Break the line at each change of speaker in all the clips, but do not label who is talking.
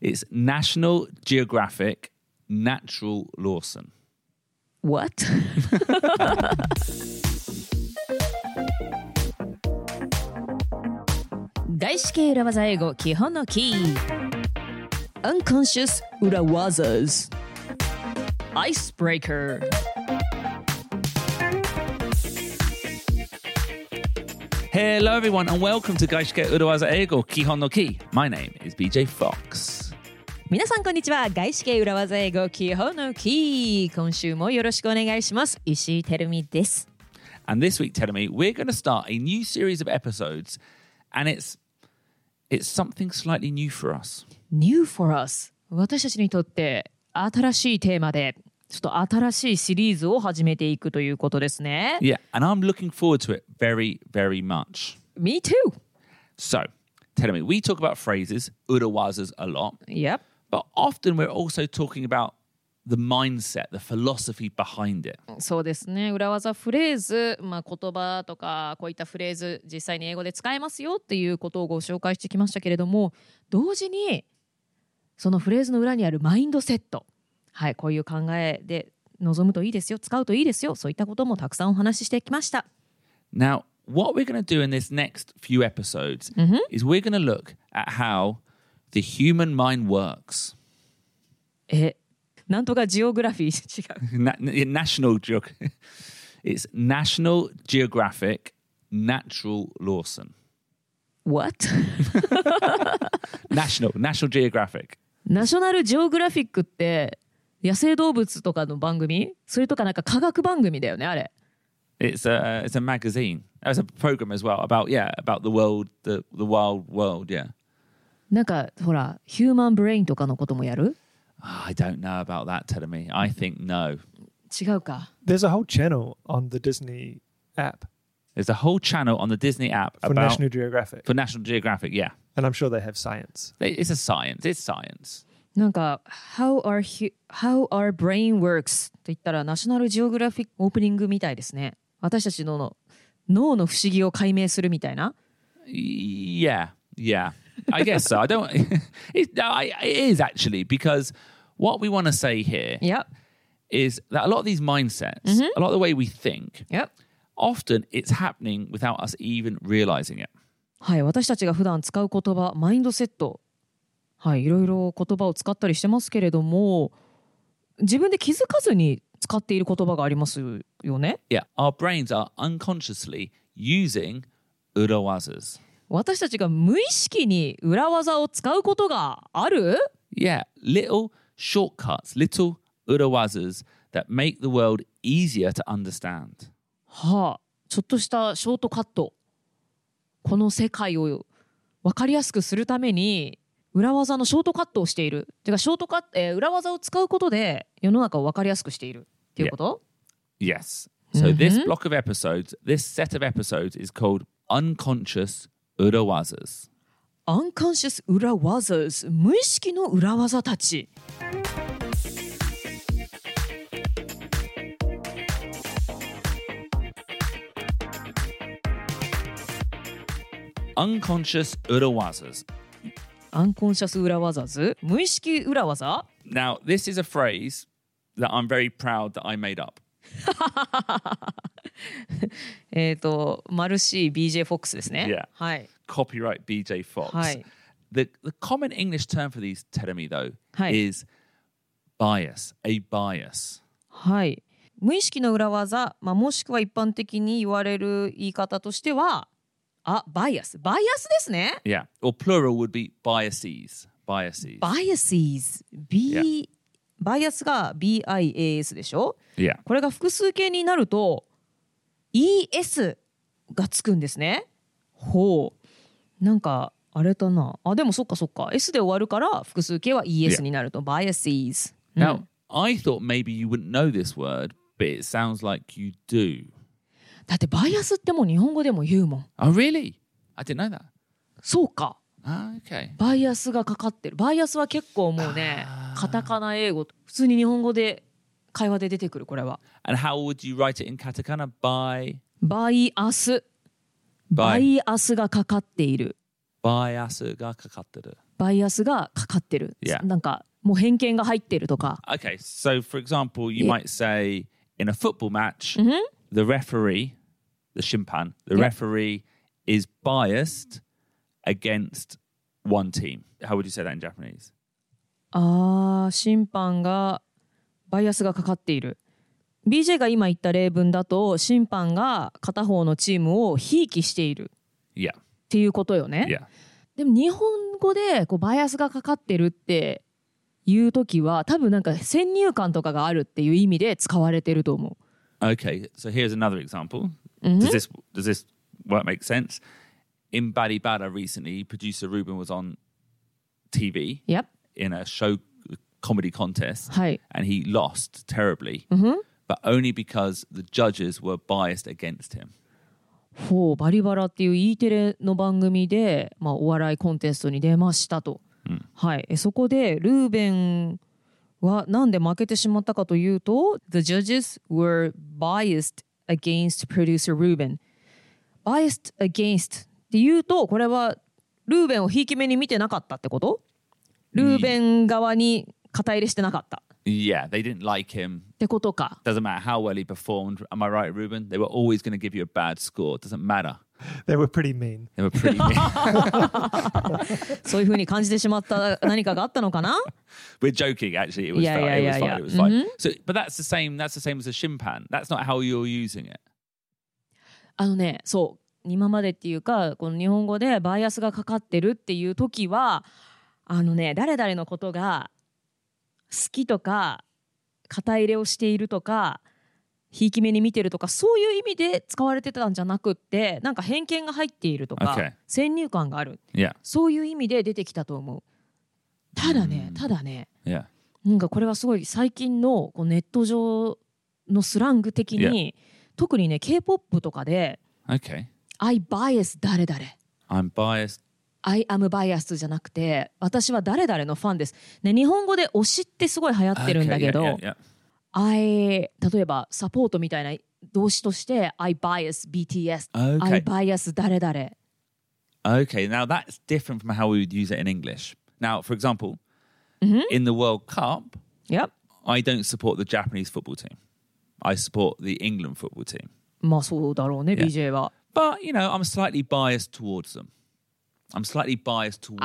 It's National Geographic Natural Lawson.
What?外資系裏技英語基本のキー Unconscious 裏技 s Icebreaker
ヘ e l l o everyone, and welcome to 外資系裏技英語基本のキー。My name is BJ Fox.
皆さんこんにちは外資系裏技英語基本のキー今週もよろしくお願いします石井てるみです
And this week, tell me, we're going to start a new series of episodes, and it's it's something slightly new for us.
New for us 私たちにとって新しいテーマでちょっと新しいシリーズを始めていくということですね
Yeah, and I'm looking forward to it very, very much.
Me too
So, tell me, we talk about phrases, urawazas a lot,
Yep
but often we're also talking about the mindset, the philosophy behind it.
そうですね裏技フレーズ、まあ、言葉とかこういったフレーズ実際に英語で使えますよっていうことをご紹介してきましたけれども同時にそのフレーズの裏にあるマインドセット、はい、こういう考えで臨むといいですよ使うといいですよそういったこともたくさんお話ししてきました
Now, what we're going to do in this next few episodes is we're going to look at how the human mind works.
えなんとかジオグラフィー 違う
Na- National Geog- It's National Geographic Natural Lawson.
What?
National, National Geographic.
ナショナルジオグラフィックって野生動物とかの番組それとかなんか科学番組だよねあれ
It's a it's a magazine. It's a program as well about yeah about the world the the wild world yeah.
なんかほらヒューマンブレインとかのこともやる
Ah, I don't know about that, telling me. I think no.
違うか
There's a whole channel on the Disney app
There's a whole channel on the Disney app
for
about
National Geographic,
for National Geographic. Yeah,
and I'm sure they have science.
It- it's a science. It's science.
なんか「How our, hu- How our brain works」って言ったらナショナルジオグラフィックオープニングみたいですね私たちの脳の不思議を解明するみたいな
Yeah, yeah. I guess so. I don't. It, no, I, it is actually because what we want to say here
いや
is that a lot of these mindsets, a lot of the way we think,
いや
often it's happening without us even realizing it.
はい私たちが普段使う言葉マインドセットはいいろいろ言葉を使ったりしてますけれども自分で気づかずに使っている言葉がありますよね
Yeah, our brains are unconsciously using urawazas.
私たちが無意識に裏技を使うことがある
Yeah, little shortcuts, little urawazas that make the world easier to understand.
はあ、ちょっとしたショートカットこの世界を分かりやすくするために裏技のショートカットをしているてかショートカット、えー裏技を使うことで世の中を分かりやすくしているっていうこと
Yes. So
Mm-hmm.
this block of episodes, this set of episodes is called unconscious urawazas.
Unconscious 裏技無意識の裏技たち
Unconscious urawazas.
Unconscious 裏技無意識裏技
Now, this is a phrase that I'm very proud that I made up.
えっ、とマルシー BJ フォックスですね
Yeah.
はい、
Copyright BJ Fox.
Hi.
The, the common English term for these teremi, though,
Hi.
is bias, a bias.
はい無意識の裏技、まあ、もしくは一般的に言われる言い方としてはあバイアスバイアスですね
Yeah. Or plural would be biases. Biases.
バイアス s B、バイアスが BIAS でしょ
yeah.
これが複数形になると ES がつくんですねほうなんかあれだなあでもそっかそっか S で終わるから複数形は
Yeah.
ES になると、バイアス s
Now,
Mm.
I thought maybe you wouldn't know this word, but it sounds like you do.
だってバイアスってもう日本語でも言うもん
Oh, really? I didn't know that.
そうか
Ah, okay.
バイアスがかかってるバイアスは結構もうねカタカナ英語普通に日本語で会話で出てくるこれは
And how would you write it in katakana? Bi,
バイアスバ
bi,
イアスがかかっている
biasu ga kakatteru.
バイアスがかかってる、
Yeah.
なんかもう偏見が入ってるとか
Okay, so for example, you
Yeah. Mm-hmm.
might say in a football match, the referee, the shimpan, the
Yeah.
referee is biased against one team. How would you say that in Japanese?
あー審判がバイアスがかかっている BJ が今言った例文だと審判が片方のチームをひいきしている
Yeah,
っていうことよね、
yeah.
でも日本語でこうバイアスがかかってるっていう時は多分なんか先入観とかがあるっていう意味で使われてると思
Okay, so here's another example.
う、うん、
Does this does this work make sense? In Badi Bada recently, producer Ruben was on TV
やっ
in a show comedy contest,
はい、
and he lost terribly,
うん、
but only because the judges were biased against him.
ほうバリバラっていう E テレの番組で、まあ、お笑いコンテストに出ましたと、はい、えそこでルーベンはなんで負けてしまったかというと The judges were biased against producer Ruben biased against っていうとこれはルーベンをひいき目に見てなかったってことルーベン側に肩入れしてなかったっ
Yeah, they didn't like him.
てことか
Doesn't matter how well he performed. Am I right, Ruben? They were always going to give you a bad score. Doesn't matter.
They were pretty mean.
They were pretty mean.
そういうふうに感じてしまった何かがあったのかな
We're joking, actually. It was
Yeah,
fine.
yeah,
it was fine.
yeah, Mm-hmm. yeah.
It was fine. So, but that's the same. That's the same as a shimpan. That's not how you're using it.
あのねそう今までっていうかこの日本語でバイアスがかかってるっていう時はあのね誰々のことが好きとか肩入れをしているとかひいき目に見てるとかそういう意味で使われてたんじゃなくってなんか偏見が入っているとか、
Okay.
先入観がある
Yeah,
そういう意味で出てきたと思うただねただね
yeah.
なんかこれはすごい最近のこうネット上のスラング的に、特にね k p o p とかで
Okay.
I bias 誰々
I'm biased.
I am biased じゃなくて私は誰々のファンです、ね、日本語で推しってすごい流行ってるんだけど、
yeah, yeah, yeah.
I 例えばサポートみたいな動詞として I bias BTS、
Okay.
I bias 誰々
Okay, now that's different from how we would use it in English. Now, for example,
Mm-hmm.
in the World Cup,
Yep.
I don't support the Japanese football team. I support the England football team.
まあそうだろうね、
Yeah.
BJ は
But, you know, I'm slightly biased towards them. I'm slightly biased towards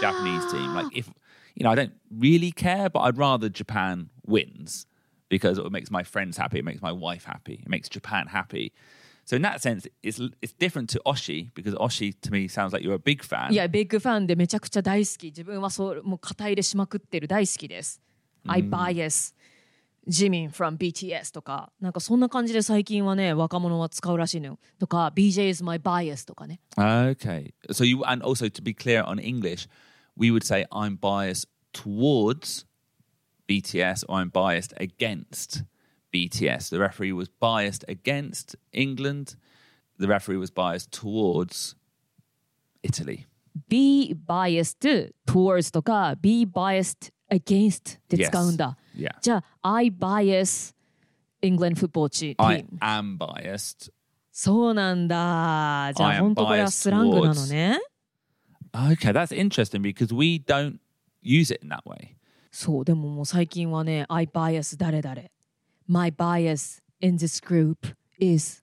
Japanese team. Like if you know, I don't really care, but I'd rather Japan wins because it makes my friends happy, it makes my wife happy, it makes Japan happy. So in that sense, it's it's different to Oshi because Oshi to me sounds like you're a big fan.
いやビッグファンでめちゃくちゃ大好き自分はそうもう肩入れしまくってる大好きです、I bias ジミン from BTS とかなんかそんな感じで最近はね若者は使うらしいのよとか BJ is my bias とかね
Okay. So you and also to be clear on English, we would say I'm biased towards BTS or I'm biased against BTS. The referee was biased against England. The referee was biased towards Italy.
be biased towards とか be biased against って使うんだ、
Yes. Yeah.
じゃあ I bias England football team
I am biased.
そうなんだじゃ
I
あ
am
本当これは
biased
スラングなのね
Okay, that's interesting because we don't use it in that way.
そうでももう最近はね I bias 誰々 My bias in this group is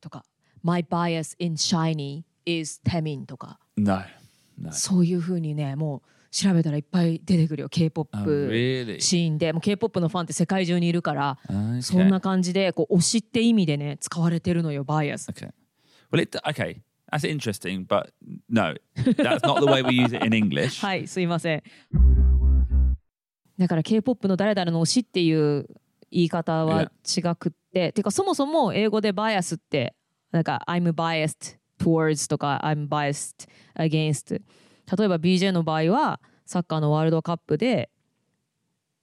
とか My bias in shiny is Temin とか
No. No.
そういう風にねもう調べたらいっぱい出てくるよ K-POP、
Oh, really?
シーンでもう K-POP のファンって世界中にいるから、
Okay.
そんな感じでこう推しって意味でね使われてるのよバイアス
Okay. Well, it okay. That's interesting, but no, that's not the way we use it in English.
はいすいませんだから K-POP の誰々の推しっていう言い方は違くっててかそもそも英語でバイアスってなんか I'm biased towards とか I'm biased against 例えば BJ の場合はサッカーのワールドカップで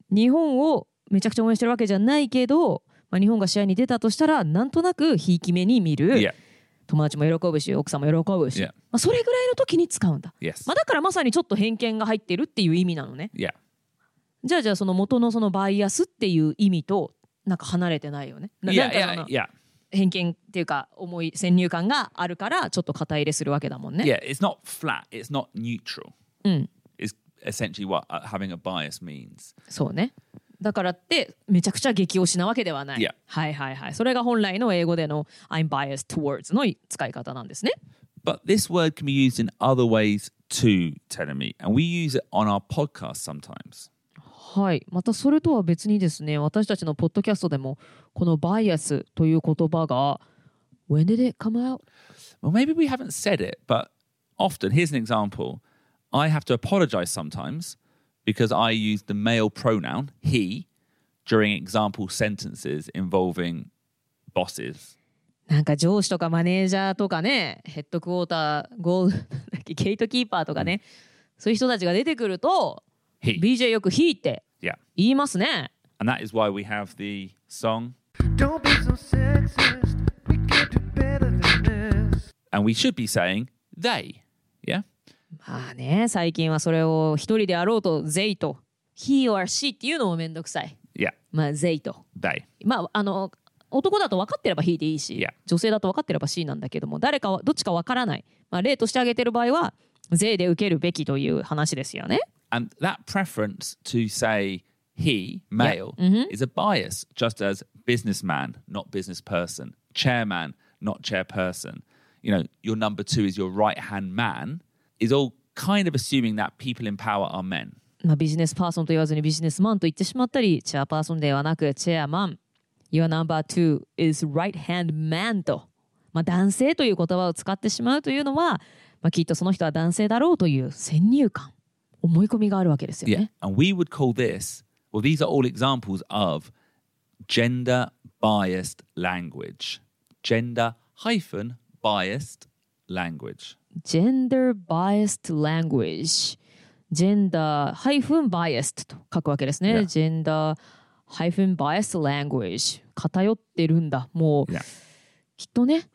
日本をめちゃくちゃ応援してるわけじゃないけど、まあ、日本が試合に出たとしたらなんとなくひいき目に見る、
Yeah.
友達も喜ぶし奥さんも喜ぶし、
Yeah.
まあ、それぐらいの時に使うんだ
Yes.
まあ、だからまさにちょっと偏見が入ってるっていう意味なのね。
Yeah.
じゃあじゃあその元のそのバイアスっていう意味となんか離れてないよね。な
Yeah.
なんか
Yeah.
その
Yeah.
偏見っていうか思い先入観があるからちょっと肩入れするわけだもんね。
Yeah. It's not flat. It's not neutral.
うん、
is essentially what uh, having a bias means.
そうね。だからってめちゃくちゃ激推しなわけではない。
Yeah.
はいはいはい。それが本来の英語での I'm biased towards の使い方なんですね。
But this word can be used in other ways too, Tenemy, and we use it on our podcast sometimes.
はい。またそれとは別にですね、私たちのポッドキャストでもこの bias という言葉が When did it come out?
Well, maybe we haven't said it, but often, here's an example. I have to apologize sometimes because I use the male pronoun, he, during example sentences involving bosses.
なんか上司とかマネージャーとかね、ヘッドクォーター、ゴー ル、ゲートキーパーとかね、そういう人たちが出てくると、
He.
BJ よく He って
Yeah.
言いますね。
And that is why we have the song,
Don't be so sexist. We can do better than this.
and we should be saying they. Yeah.
まあね、最近はそれを一人であろうと、ゼイと、he or she っていうのもめんどくさい。
Yeah.
まあ、ゼイと。
They.
まあ、あの、男だと分かってれば he でいいし、
Yeah.
女性だと分かってれば she なんだけども、誰かは、どっちか分からない。まあ、例として挙げてる場合は、ゼイで受けるべきという話ですよね。
And that preference to say he, male, is a bias, just as businessman, not business person, chairman, not chairperson. You know, your number two is your right hand man, is all kind of assuming that people in power are men.
まあ、ビジネスパーソンと言わずにビジネスマンと言ってしまったり、チェアパーソンではなく、チェアマン。Your number two is right hand man と。まあ、男性という言葉を使ってしまうというのは、まあ、きっとその人は男性だろうという先入観、思い込みがあるわけですよ
Yeah.
ね。
And we would call this, well, these are all examples of gender biased language. Gender hyphen biased language.
Gender biased language。Gender hyphen biased と書くわけですね。
Yeah.
Gender hyphen biased language。偏ってるんだ。もう。
Yeah.
きっとね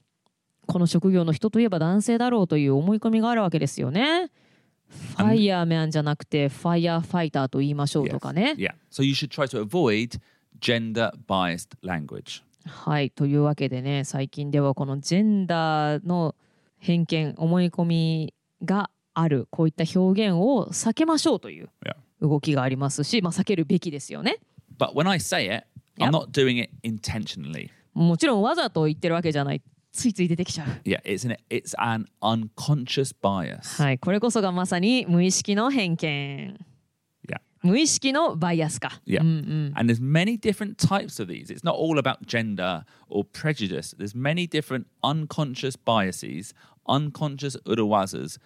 この職業の人といえば男性だろうという思い込みがあるわけですよね。ファイヤーマンじゃなくてファイヤーファイターと言いましょう
Yes.
とかね。
Yeah. So you should try to avoid gender biased language.
はいというわけでね最近ではこのジェンダーの偏見思い込みがあるこういった表現を避けましょうという
Yeah.
動きがありますし、まあ、避けるべきですよね。
But when I say it,
Yep.
I'm not doing it intentionally.
もちろんわざと言ってるわけじゃないついつい出てきちゃう。
Yeah, it's an it's an unconscious bias.
はいこれこそがまさに無意識の偏見
Yeah.
無意識のバイアスか。
Yeah. And there's many different types of these. It's not all about gender or prejudice. There's many different unconscious biases, unconscious uruwazas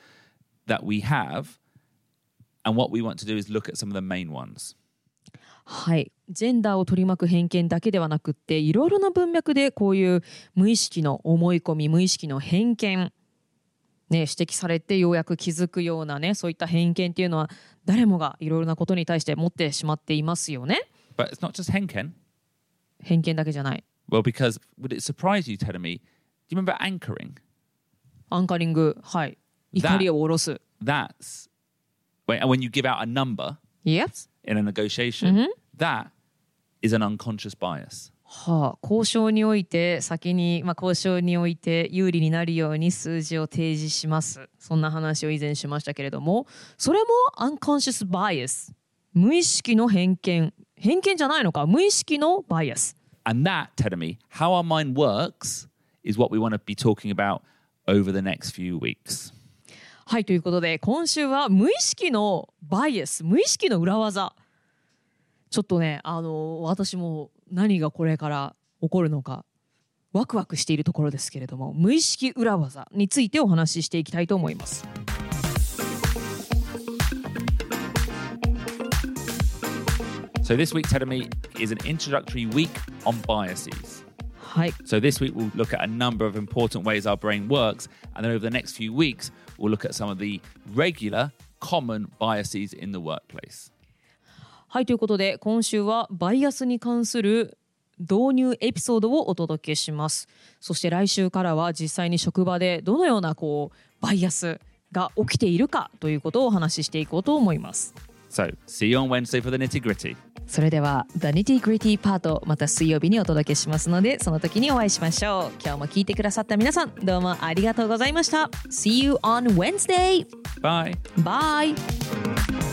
that we have. And what we want to do is look at some of the main ones.
はい、ジェンダーを取り巻く偏見だけではなくっていろいろな文脈でこういう無意識の思い込み無意識の偏見、ね、指摘されてようやく気づくようなねそういった偏見っていうのは誰もがいろいろなことに対して持ってしまっていますよね
But it's not just Henken.
偏見だけじゃない
Well, because would it surprise you, Tedemi? Do you remember anchoring?
アンカリングはい怒りを下ろす
That's when, when you give out a number
Yes?
in a negotiation, that is an unconscious bias.
はあ、交渉において先に、まあ、交渉において有利になるように数字を提示しますそんな話を以前しましたけれどもそれもアンコンシャスバイアス無意識の偏見偏見じゃないのか無意識のバイアス
And that, Tedemi, how our mind works is what we want to be talking about over the next few weeks.
はいということで今週は無意識のバイアス無意識の裏技ちょっとねあの私も何がこれから起こるのかワクワクしているところですけれども無意識裏技についてお話ししていきたいと思います。
So this week, Tedemi, is an introductory week on biases.
はい
So this week, we'll look at a number of important ways our brain works. And then over the next few weeks, we'll look at some of the regular, common biases in the workplace.
はいということで今週はバイアスに関する導入エピソードをお届けしますそして来週からは実際に職場でどのようなこうバイアスが起きているかということをお話ししていこうと思います
So see you on Wednesday for the nitty gritty.
それでは The Nitty Gritty パートまた水曜日にお届けしますのでその時にお会いしましょう今日も聞いてくださった皆さんどうもありがとうございました See you on Wednesday!
Bye.
Bye!